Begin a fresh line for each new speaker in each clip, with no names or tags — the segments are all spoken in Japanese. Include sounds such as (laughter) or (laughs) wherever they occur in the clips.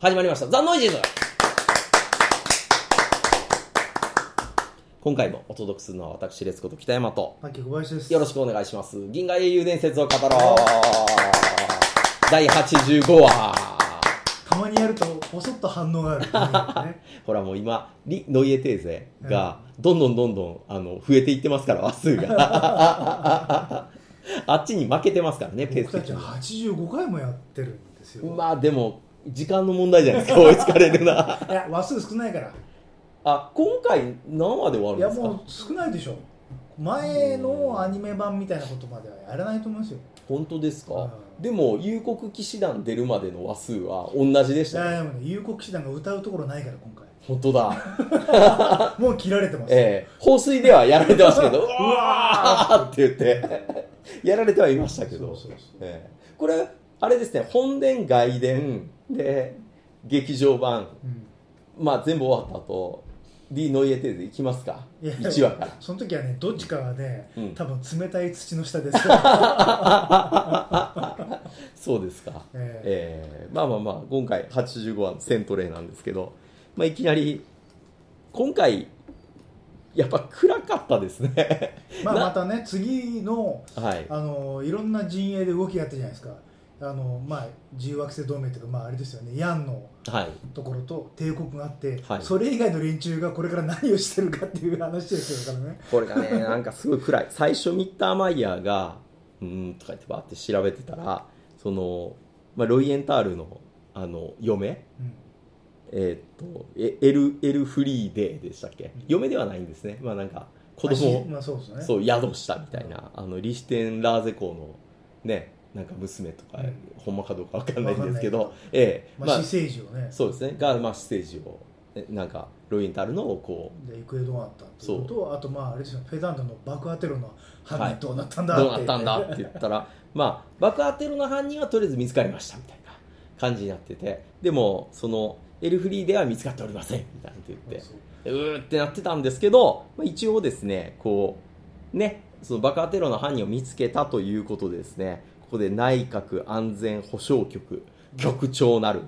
始まりました。ザ・ノイジーズ今回もお届けするのは私、列こと北山と、
はい、小林です。
よろしくお願いします。銀河英雄伝説を語ろう第85話
たまにやると、ぼそっと反応がある、ね。
(laughs) ほらもう今、リ・ノイエテーゼが、どんどんどんどん、あの、増えていってますから、話数が。 (laughs) あっちに負けてますからね、ペース
僕た
的
ち
に
は
は。
85回もやってるんですよ。
まあでも、時間の問題じゃないですか、追いつかれるな。
いや、話数少ないから。
あ、今回何話で終わる
い
ん
や、
ですか
もう少ないでしょ。前のアニメ版みたいなことまではやらないと思いますよ。
本当ですか、
う
でも、夕刻騎士団出るまでの話数は同じでし
い
た、ね。
や、でもね、有国騎士団が歌うところないから、今回。
本当だ。
もう切られてます。
ええ放水ではやられてますけど、う
う
わー
わ
って言って、やられてはいましたけど。
そうそうそう
ええこれあれですね本殿外伝で劇場版
うん
まあ全部終わった後 D ノイエテーゼ行きますか
いや
1話から
その時はね、どっちかはね、
うん
多分冷たい土の下です
(laughs)
から、
そうですか
え
ええまあまあまあ今回85話のセントレーなんですけど、まあ、いきなり今回やっぱ暗かったですね (laughs)
えまあ、またね、次の
はい
あのいろんな陣営で動きがあったじゃないですかあの、まあ、自由惑星同盟というか、まあ、あれですよねヤンの
はい
ところと帝国があって、
はい
それ以外の連中がこれから何をしてるかっていう話ですよだからね
これがねなんかすごい暗い最初ミッターマイヤーが「うーん」とか言ってバーって調べてたらその、まあ、ロイエンタールのあの嫁えーっとえエルエルフリーデーでしたっけ嫁ではないんですねまあなんか子供
うん、まあ、そうですよ
を
ね
そう宿したみたいなあのリシュテン・ラーゼ公のねなんか娘とか、
うん
ほんまかどうかわかんないんですけ
わ
ど、ええ
まあ、
まあ
私生児をね
そうですねが、まあ、ステージをえなんかロイエンタールのこう
で行方どうなったっていうこととあとまああれですよフェダンドの爆破テロの犯
はい
人どうなったんだって、
どうなったんだって言ったら、まあ、爆破テロの犯人はとりあえず見つかりましたみたいな感じになってて、でも、その、エルフリーでは見つかっておりませんみたいなこと言って、
そう
うーってなってたんですけど、まあ、一応ですね、こう、ね、その爆破テロの犯人を見つけたということでですね、ここで内閣安全保障局、局長なる、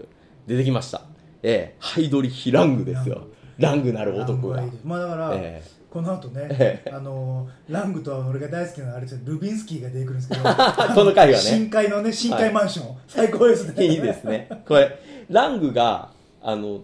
出てきました。ええ、ハイドリヒ・ラングですよ。ラングなる男が
ラングいい。ですまあだから、
ええ
この後ね、
え
あのラングと俺が大好きなあれですよルビンスキーが出てくるんですけど
(laughs) この回はね
深海のね深海マンション、最高ですね
いいですね。これ、ラングが、あの、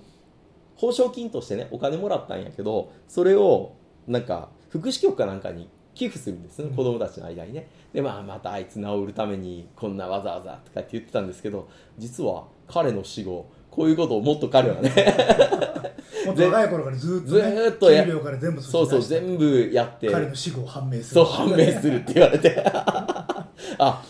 報奨金としてね、お金もらったんやけど、それを、なんか、福祉局かなんかに寄付するんですね、
うん
子供たちの間にね。で、まあ、またあいつ治るために、こんなわざわざとかって言ってたんですけど、実は彼の死後、こういうことをもっと彼はね、
もっと若い頃からずっと、ね、
ずーっとや
給料から全部
(laughs) そうそう、
全
全部やって、
彼の死後を判明する
そう判明するって言われて (laughs) あ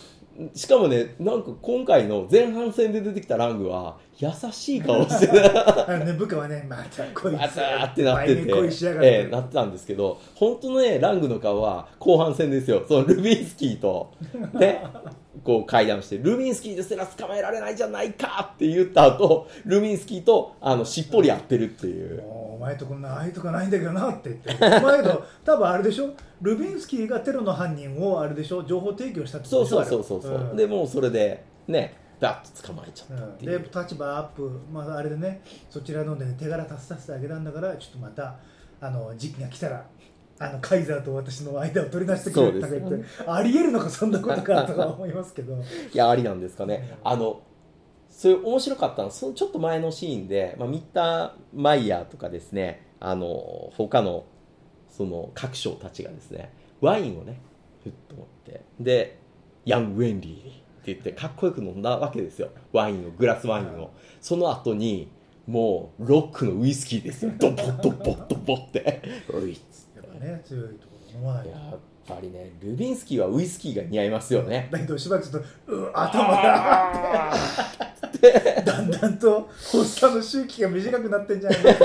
しかもねなんか今回の前半戦で出てきたラングは優しい顔してた
(laughs) あのね部下はねまた (laughs) こいつ
あざーってなってて、
毎年恋しやがって、
ええなってたんですけど本当のねラングの顔は後半戦ですよそのルビンスキーとねこう会談してルビンスキーですら捕まえられないじゃないかって言った後ルビンスキーとあのしっぽりやってるっていう
もうお前とこんなああいうとかないんだけどなって言ってお前けど多分あれでしょルビンスキーがテロの犯人をあれでしょ情報提供したってこ
そ
と
う
でし
そ
ょ
うそうそうそう、
ん
でもうそれでねバッと捕まえちゃったっていう、
で立場アップ、まあ、あれでねそちらのね手柄立たせてあげたんだからちょっとまたあの時期が来たらあのカイザーと私の間を取り出してくれとか言っ
そう
て、
で
ありえるのかそんなこ
(laughs)
とかとか思いますけど
いやありなんですかね、
うん
あのそれ面白かったのそのちょっと前のシーンで、まあ、ミッター・マイヤーとかですねあの他のその各省たちがですねワインをねふっと持ってでヤン・ウェンリーにって言ってかっこよく飲んだわけですよワインをグラスワインを、
うん
その後にもうロックのウイスキーですよドボドボドボっておいっつ
や
っ
ってぱね強いところ飲まない
や
と
っぱりねルビンスキーはウイスキーが似合いますよね
だけどしばらくするとうー頭
(laughs)
がだんだんと発作の周期が短くなってんじゃないかっ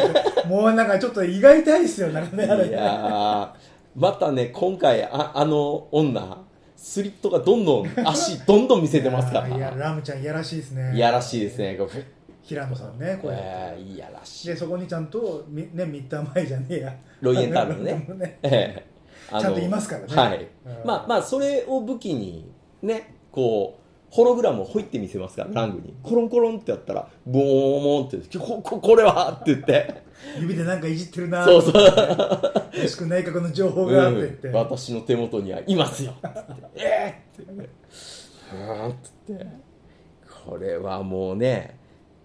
てもうなんかちょっと胃が痛いですよなんかねあれ
いやーまたね今回ああの女スリットがどんどん足どんどん見せてますから
いやラムちゃんいやらしいですね
いやらしいですねこれ
平野さんねこうやって
えーいやらしい
でそこにちゃんとみねミッター前じゃねえや
ロイエンタールの
(laughs)
ねええあの
ちゃんといますからね
はい
うん
まあまあそれを武器にねこうホログラムをほいって見せますから、ラングに。コロンコロンってやったら、ボーンって言って、こ、ここれはって言
(laughs)
って、
指でなんかいじってるな
そうそう
と思ってよしく内閣の情報があってって、
うん私の手元にはいます
(laughs)
よつってえーって言ってはーっつってこれはもうね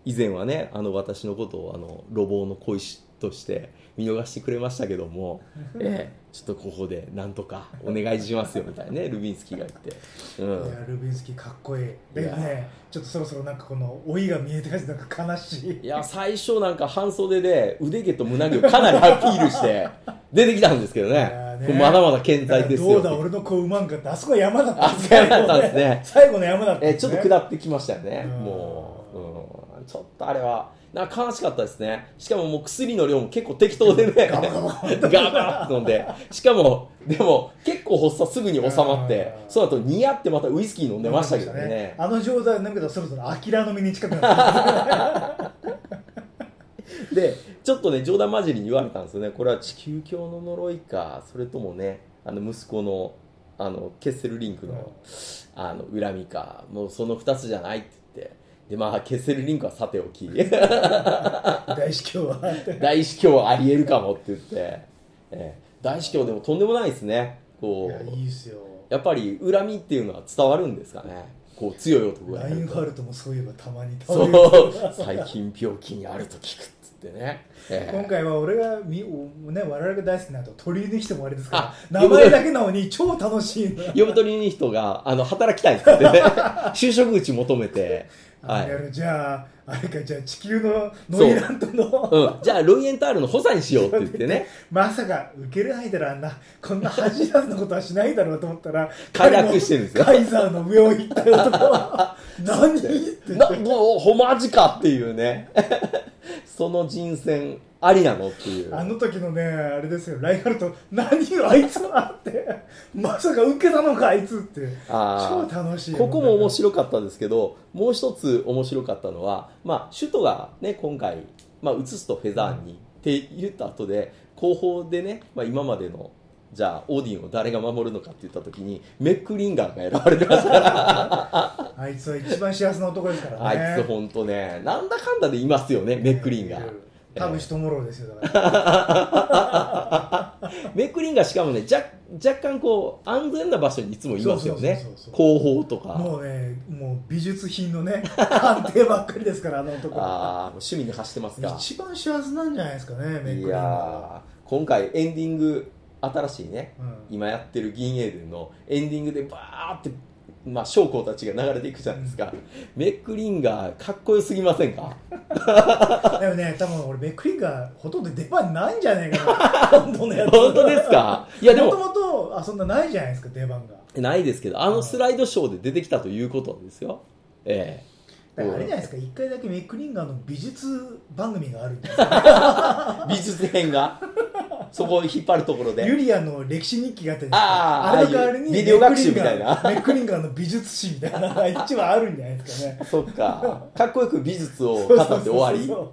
以前はねあの私のことをあの路傍の小石として見逃してくれましたけども、
(laughs)
ええちょっとここでなんとかお願いしますよみたいな
(laughs)
ねルビンスキーが言って、う
い
ん、
やルビンスキーかっこいい
い
で
や
ねちょっとそろそろなんかこの老いが見えて感じなんか悲しい
いや最初なんか半袖で腕毛と胸毛をかなりアピールして出てきたんですけどね
やーね
まだまだ健在ですよ
だからどうだ俺の子産まんかってあそこは山だったん
あそこ山だったんですね
最後の山だったん
えー
です
ちょっ
ね
と下ってきましたよね、
うん
もう、うん、ちょっとあれは、なんか悲しかったですね、しかももう薬の量も結構適当でね、ガバガバって飲んで、しかも、でも結構発作すぐに収まって、
うん
その後ニヤってまたウイスキー飲んでましたけどね、
あの状態なんかそろそろアキラの身に近くなって
で、ちょっとね、冗談交じりに言われたんですよね、これは地球教の呪いか、それともね、あの息子のあのケッセルリンク
る
の。 (laughs) あの恨みかもうその2つじゃないって言ってでまあケッセルリンクはさておき
大司
(laughs)
教は
大司教はありえるかもって言って、ええ大司教でもとんでもないですね
い
こ
や
う
いいっすよ
やっぱり恨みっていうのは伝わるんですかねこう強い男が
ラ
や
イン
る
ファ
と
ルトもそういえばたまに倒
そ
れる
う最近病気にあると聞くっつってね、ええ
今回は俺がみおね我々が大好きなと鳥居に来てもあれですか
あ (laughs)
ら名前だけなのに超楽しいの
呼ぶ取りに人があの働きたいって言ってね (laughs) 就職口求めて、は
あ
い
やるじゃああれかじゃあ地球のノイランドの
うん、じゃあロイエンタールの補佐にしようって言ってね
(laughs) まさか受ける間らあんなこんな恥じらずのことはしないだろうと思ったら
快諾してるんですよ
カイザーの上を行った男
(laughs)
は何って
なもうほマジかっていうね (laughs) その人選ありなのっていう
あの時のねあれですよライハルト何よあいつはってまさか受けたのかあいつって超
あー
楽しい
ここも面白かったですけどもう一つ面白かったのは、まあ、首都が、ね、今回、まあ、移すとフェザーンにって言った後で後方でね、まあ、今までのじゃあオーディンを誰が守るのかって言った時にメック・リンガーが選ばれてます
(laughs)
から
あいつは一番幸せな男ですからね
あいつ本当ねなんだかんだでいますよねメック・リンガー。
多分人もろですよだから
メックリンがしかもね若若干こう安全な場所にいつもいますよね
そうそうそうそう
後方とか
もうねもう美術品のね (laughs) 判定ばっかりですからあの男
あー趣味に走ってますか
一番幸せなんじゃないですかねメックリ
い
ンガーは
やー今回エンディング新しいね
うん
今やってる銀英伝のエンディングでバーってまあ将校たちが流れていくじゃないですか、メックリンがかっこよすぎません
(laughs)
か
でもね、多分俺、メックリンがほとんど出番ないんじゃないか
(laughs)
な、本当のやつ。
本当ですかいやで
もと
も
もと、あ、そんなないじゃないですか、出番が。
ないですけどあのスライドショーで出てきたということですよえ
だからあれじゃないですか、一回だけメックリンガーの美術番組があるんですよ。
え美術編がそこを引っ張るところで
ユリアの歴史日記があったじゃ
ああ
ないですか。あれの代わり
あ
に
あいうビデオ学習みたいな
メックリンガーメックリンガーの美術史みたいなのが一話あるんじゃないですかね。
そっか、かっこよく美術を語って終わり
そうそうそう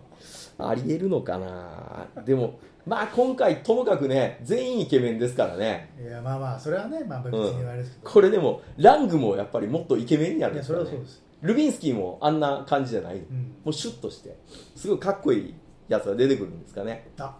そう。
ありえるのかなでも、まあ今回ともかくね、全員イケメンですからね。
いや、まあまあ、それはね、まあ別にあれですけど。
これでも、ラングもやっぱりもっとイケメンになるん
い
で
や、
す
それ
よ
は
ね
そうです。
ルビンスキーもあんな感じじゃない。も
うん。
うシュッとして、すごいかっこいいやつが出てくるんですかね。
あ、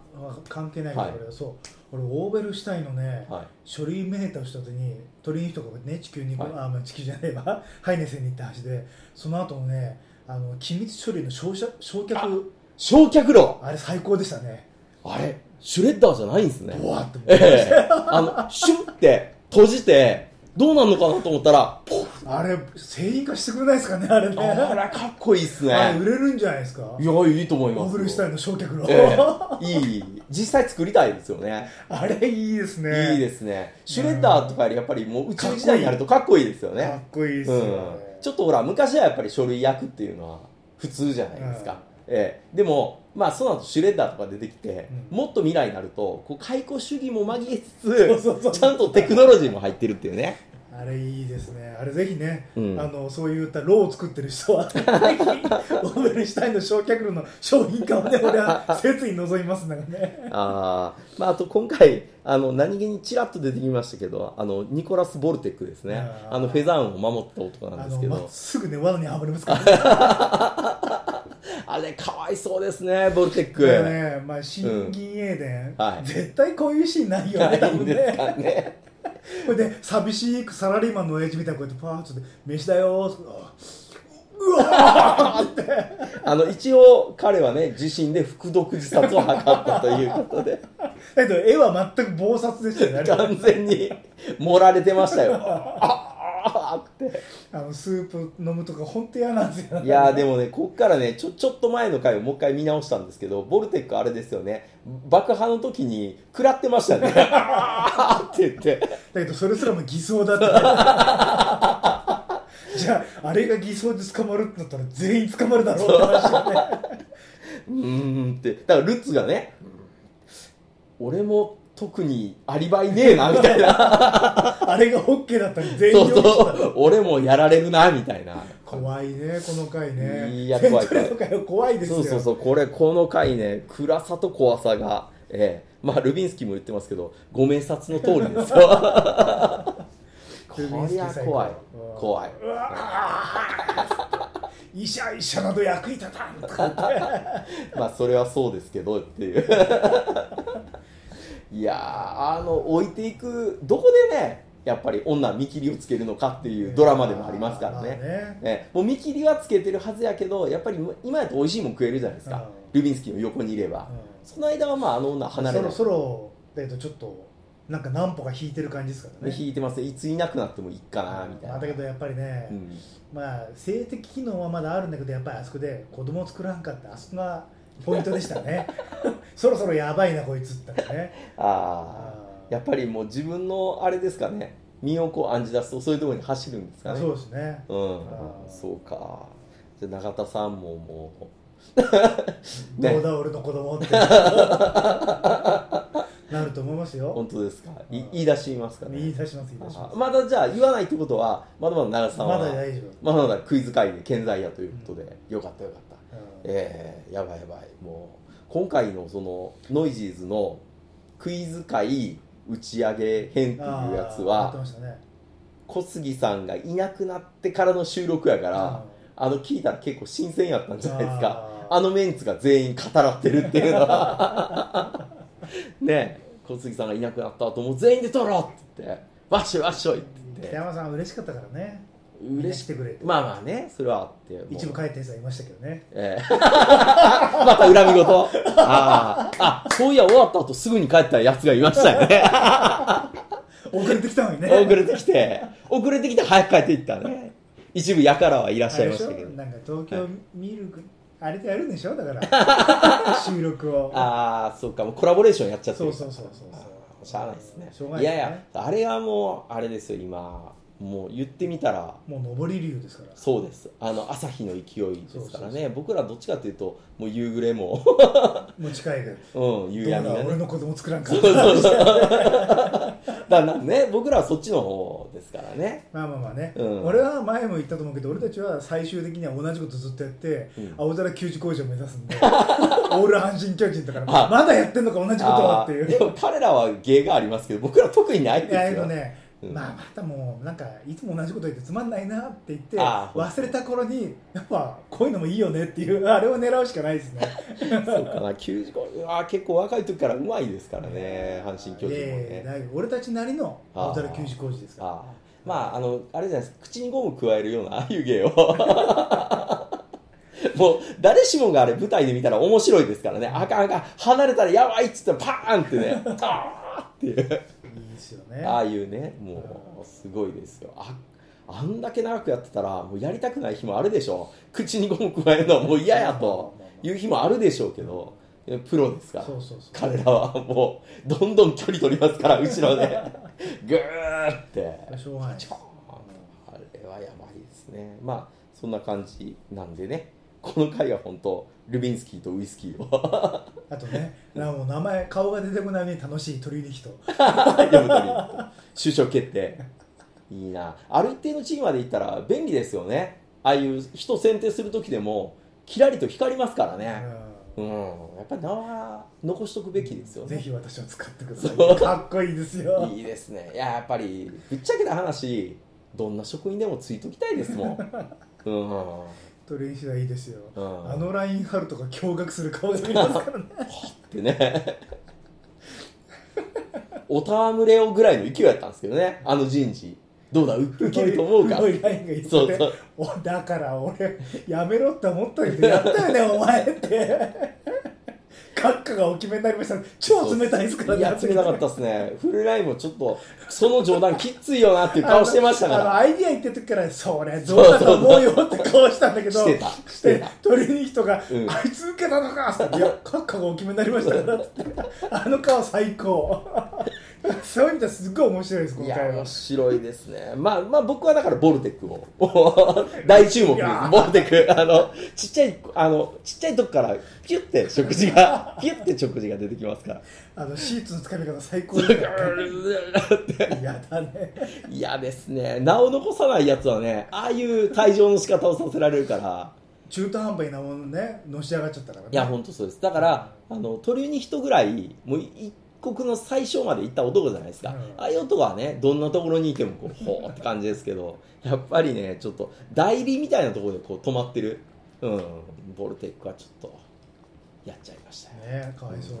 関係ないけど、
はい
これはそう。俺、オーベルシュタインのね、
は
書類メーターをした時に鳥居とかがね地球にこう、
は
あまあ地球じゃないわハイネセンに行った橋でその後のねあの機密処理の焼却焼却
い。焼却炉
あれ最高でしたね
あれ、シュレッダーじゃないんですね。
ボワッと
ええ
(laughs)
あの、シュッて閉じて、どうなるのかなと思ったら、ポッ
あれ製品化してくれないですかねあれね
あら、かっこいいっ (laughs) すね。
あれ売れるんじゃないですか
いや、いいと思いますよ。
オブルシュタインの焼却炉、
ええいい、実際作りたいですよね。
(laughs) あれいいです
いい
ね
ですすね。シュレッダーとかよりやっぱりもう宇宙時代になるとかっこいいですよ
かっ
ね。
こいいです
う
よ、
ん。ちょっとほら、昔はやっぱり書類焼くっていうのは普通じゃないです
うん
か。ええでも、まあ、その後シュレッダーとか出てきて、
うん
もっと未来になるとこう解雇主義も紛れつ
そうそうそう
つちゃんとテクノロジーも入ってるっていうね
あれいいですねあれぜひね、
うん
あのそういったローを作ってる
(laughs)
人はぜひオーベルシュタインの焼却炉の商品化を
(laughs)
ね俺は切に望みますんだからね
あー、まあ、あと今回あの何気にちらっと出てきましたけどあのニコラス・ボルテックですね
あー
あのフェザーンを守った男なん
あ
です
の
け
まっ
ど
すぐね罠にはまりますからね
あれかわいそうですねボルテック、
だからね、まあ、新銀英伝、
はい
絶対こういうシーンないよね
な (laughs)
多
いん
分
です
ね
かね
これで寂しくサラリーマンの親父みたいなこうやってパーッとで飯だよーうわーって
あの一応彼はね自身で服毒自殺を図ったということで
えっと絵は全く暴殺でしたよねあれは
完全に盛られてましたよあああって
あのスープ飲むとか本当嫌なんですよ
いやーでもねこっからねちょちょっと前の回をもう一回見直したんですけどボルテックあれですよね爆破の時に食らってましたねあーって言って
だけどそれすらも偽装だった (laughs) じゃああれが偽装で捕まるってなったら全員捕まるだろうって話だよね
うーんってだからルッツがね俺も特にアリバイねえなみたいな
(laughs) あれが OK だったら全員
そう
用意した
そう俺もやられるなみたいな
怖いねこの回ね
いや怖い怖い
セントレーの回は怖いですよ
そうそうそうこれこの回ね暗さと怖さがええまあルビンスキーも言ってますけどご明察の通りですよこ
(laughs) ルビンスキ
り
ー
ゃ
最高
怖い
うん
怖いう
わー医 (laughs) 者医者など役に立たんとか言って
まあそれはそうですけどっていう (laughs) いやーあの置いていくどこでねやっぱり女は見切りをつけるのかっていうドラマでもありますから
まあ
ね,、ねもう見切りはつけてるはずやけどやっぱり今やと美味しいもん食えるじゃないですか、
う
ルビンスキーの横にいれば、
うん
その間はまああの女は離れ
そ
な
ろ
い
そろだけどちょっとなんか何歩か引いてる感じですからね
引いてますねいついなくなってもいいかなみたい
ま
な、
あだけどやっぱりね、
うん
まあ性的機能はまだあるんだけどやっぱりあそこで子供を作らんかったあそこがポイントでした
(laughs)
ねそろそろやばいなこいつってね
ああやっぱりもう自分のあれですかね身をこう案じ出すとそういうところに走るんですか
あ
ね
そうですね
うん
あ、ー
そうか。じゃあ永田さんももう。ね
どうだ俺の子供
(laughs)
ってなると思いますよ
本当ですか。い
うん
言い出しますかね。
言い出します言い出し
あ
ま
ーまだじゃあ言わないってことはまだまだ永田
す
さん
ま
は
だ大丈
まだまだクイズ会で健在やということで、よかったよかった。
夫、うん
ええやばいやばい。もう今回のそのノイジーズのクイズ会打ち上げ編っていうやつ
あーやって
は
ましたね
小杉さんがいなくなってからの収録やから、あの聞いたら結構新鮮やったんじゃないですか。
あー
あのメンツが全員語らってるっていうのは
(laughs)
ねえ小杉さんがいなくなった後もう全員で撮ろうって言ってわっしょいわっしょいって言
北
っ
山さん嬉しかったからね
て嬉し
来てくれて
くまあまあねそれはあってもう
一部帰ってさんいましたけどね
え (laughs) えまた恨み事あああそういや終わった後すぐに帰ったやつがいましたよね
遅れてきたのにね
遅れてきて遅れてきて早く帰っていったね一部やからはいらっしゃいましたけ
あれでしょ
ど
なんか東京ミルク、あれでやるんでしょだか
(laughs)
ら収録を
ああそうかもうコラボレーションやっちゃって
そ
る
う
から
そうそうそうそう
しゃあないですね
しょうがない
い
です
や
ね
いやあれはもうあれですよ今もう言ってみたら
もう上り流ですから
そうですあの朝日の勢いですからね
そうそうそ
僕らどっちかというともう夕暮れも、 (laughs)
もう近いで
うん、
ど
夕
うだ
闇が
俺
ね
の子供作らんか
そうそうそうだからね僕らはそっちの方ですからね
まあまあまあね、
うん
俺は前も言ったと思うけど俺たちは最終的には同じことずっとやって、
うん
青空球児工事を目指す
(laughs)
んでオール阪神巨人だから
あ
まだやってんのか同じことは
あ
ってい
ー
う
でも彼らは芸がありますけど僕ら特にないで
いや
す
で
よ
もね、
うん
まあまたもうなんかいつも同じこと言ってつまんないなって言って
あー
忘れた頃にやっぱこういうのもいいよねっていうあれを狙うしかないですね
(laughs) そうかな90個うわー結構若い時からうまいですからね阪神・巨人も
いやいや
ね
だいぶ俺たちなりの青空球児工事ですから
あーまああのあれじゃないですか口にゴム加えるようなああいう芸を (laughs) もう誰しもがあれ舞台で見たら面白いですからねあかんあかん離れたらやばいっつってパーンってねあ
(laughs)
ーっていう
いいですよね
ああいうねもうすごいですよああんだけ長くやってたらもうやりたくない日もあるでしょ (laughs) 口にゴム加えるのはもう嫌やという日もあるでしょうけどプロですから
そうそうそう
彼らはもうどんどん距離取りますから後 (laughs) ろでグーって。
しょうがないです
あれはやばいですね。まあそんな感じなんでね、この回は本当ルビンスキーとウイスキーを
あとねなんかもう名前
(laughs)
顔が出てこないのに楽しい鳥に人
読むとり、就職決定、いいなある一定の地位までいったら便利ですよねああいう人選定する時でもキラリと光りますからねうんやっぱり名は残しとくべきですよ
ぜ
ね
ひ私を使ってくださ
そう
いかっこいいですよ
いいですねいややっぱりぶっちゃけた話どんな職員でもついときたいです
(laughs)
もんうん、
トレイン次第いいですよ
うん、
あのライン貼るとか驚愕する顔してますからね
ってねお戯れをぐらいの勢いやったんですけどねあの人事どうだう (laughs) 受けると思うか
(laughs) 黒いラインが言ってて
そうそう
おだから俺やめろって思ったけどやったよねお前って (laughs) 閣下がお決めになりました超冷たいですから
いや冷たかったですねフルラインもちょっとその冗談きついよなっていう顔してましたか
あの
ら
アイディア言ってる時からそれどうだと思うよって顔したんだけど
してたしてた
取りに人が、
うん
あいつ受けたのかっていや閣下がお決めになりましたからってあの顔最高 (laughs) そういう意味ではすっごい面白いです
い
今
や
回は
面白いですねまあまあ僕はだからボルテックを (laughs) 大注目で
いや
す
ー
ボルテックあのちっちゃいあのちっちゃいとこからピュッて食事が (laughs) ピュッて食事が出てきますから (laughs)
あのシーツのつかみ方最高だよやだね
いやですね名を残さないやつはねああいう退場の仕方をさせられるから
中途半端なものねのし上がっちゃったからね
いや本当そうですだからあの鳥に人ぐらいもう一国の最小まで行った男じゃないですか、
うん
ああいう男はねどんなところにいても
(laughs)
こうほーって感じですけどやっぱりねちょっと代理みたいなところでこう止まってる、うん、ボルテックはちょっとやっちゃいましたよ
ねかわいそうに、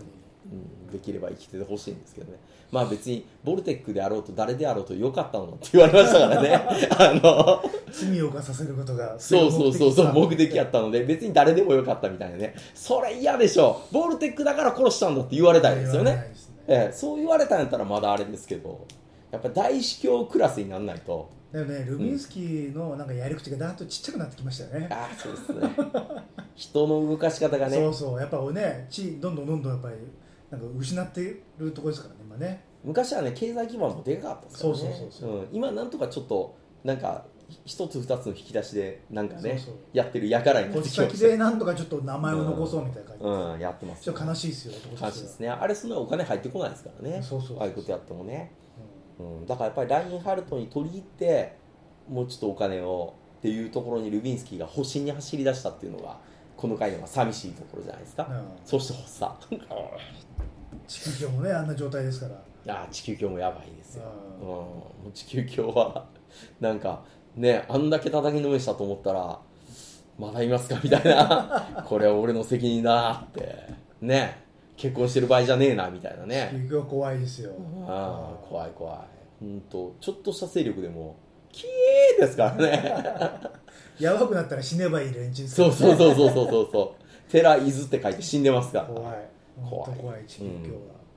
うんできれば生きててほしいんですけどねまあ別にボルテックであろうと誰であろうと良かったのって言われました
(laughs)
からねあの
罪を犯させることが
そうそうそうそう目的や
っ
ったので別に誰でもよかったみたいなねそれ嫌でしょボルテックだから殺したんだって言われたいですよね、ええ、そう言われたんやったらまだあれですけどやっぱ大司教クラスにならないと
でもねルミンスキーのなんかやり口がだんとちっちゃくなってきましたよね、
ああそうですね
(laughs)
人の動かし方がね
そうそうやっぱおね地どんどんどんどんやっぱりなんか失ってるところですからね今ね
昔はね経済基盤もでかかったですからね
そうそうそうそ
ん、今なんとかちょっとなんか一つ二つの引き出しでなんかね
そうそう
やってる輩にな
こ
っ
って
き
ち
まし
先
た
でなんとかちょっと名前を残そうみたいな感じ、
うんやってます
ちょっと悲しいですよ男としては
悲しいですねあれそんなお金入ってこないですからね
そうそうそう
ああいうことやってもねうん、だからやっぱりラインハルトに取り入ってもうちょっとお金をっていうところにルビンスキーが保身に走り出したっていうのがこの回では寂しいところじゃないですか、
うんうん
そして発作
地球上もねあんな状態ですから
ああ地球鏡もやばいですよ、うん、
うん
もう地球鏡はなんかねあんだけ叩きのめしたと思ったらまだいますかみたい
(laughs)
なこれは俺の責任だなってね結婚してる場合じゃねえなみたいなね
地球は怖いですよ、
ああ怖い怖い本当ちょっとした勢力でもキーですから
(laughs)
ね
やばくなったら死ねばいい連中ですか
そ
ら
う
ね
そうそうそうそうそうそう寺伊豆って書いて死んでますから
怖
怖
い
い
本当怖い地球今日は、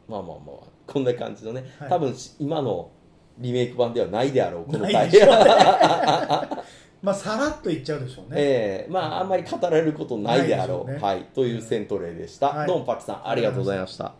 まあまあまあこんな感じのね、
はい
多分今のリメイク版ではないであろうこの
な
回、
いでし
(laughs)
ょ (laughs) まあさらっと言っちゃうでしょうね、
ええまああんまり語られることないであろう
ないでしょうね
はいというセントレーでした、
はい
どうもパキさんありがとうございました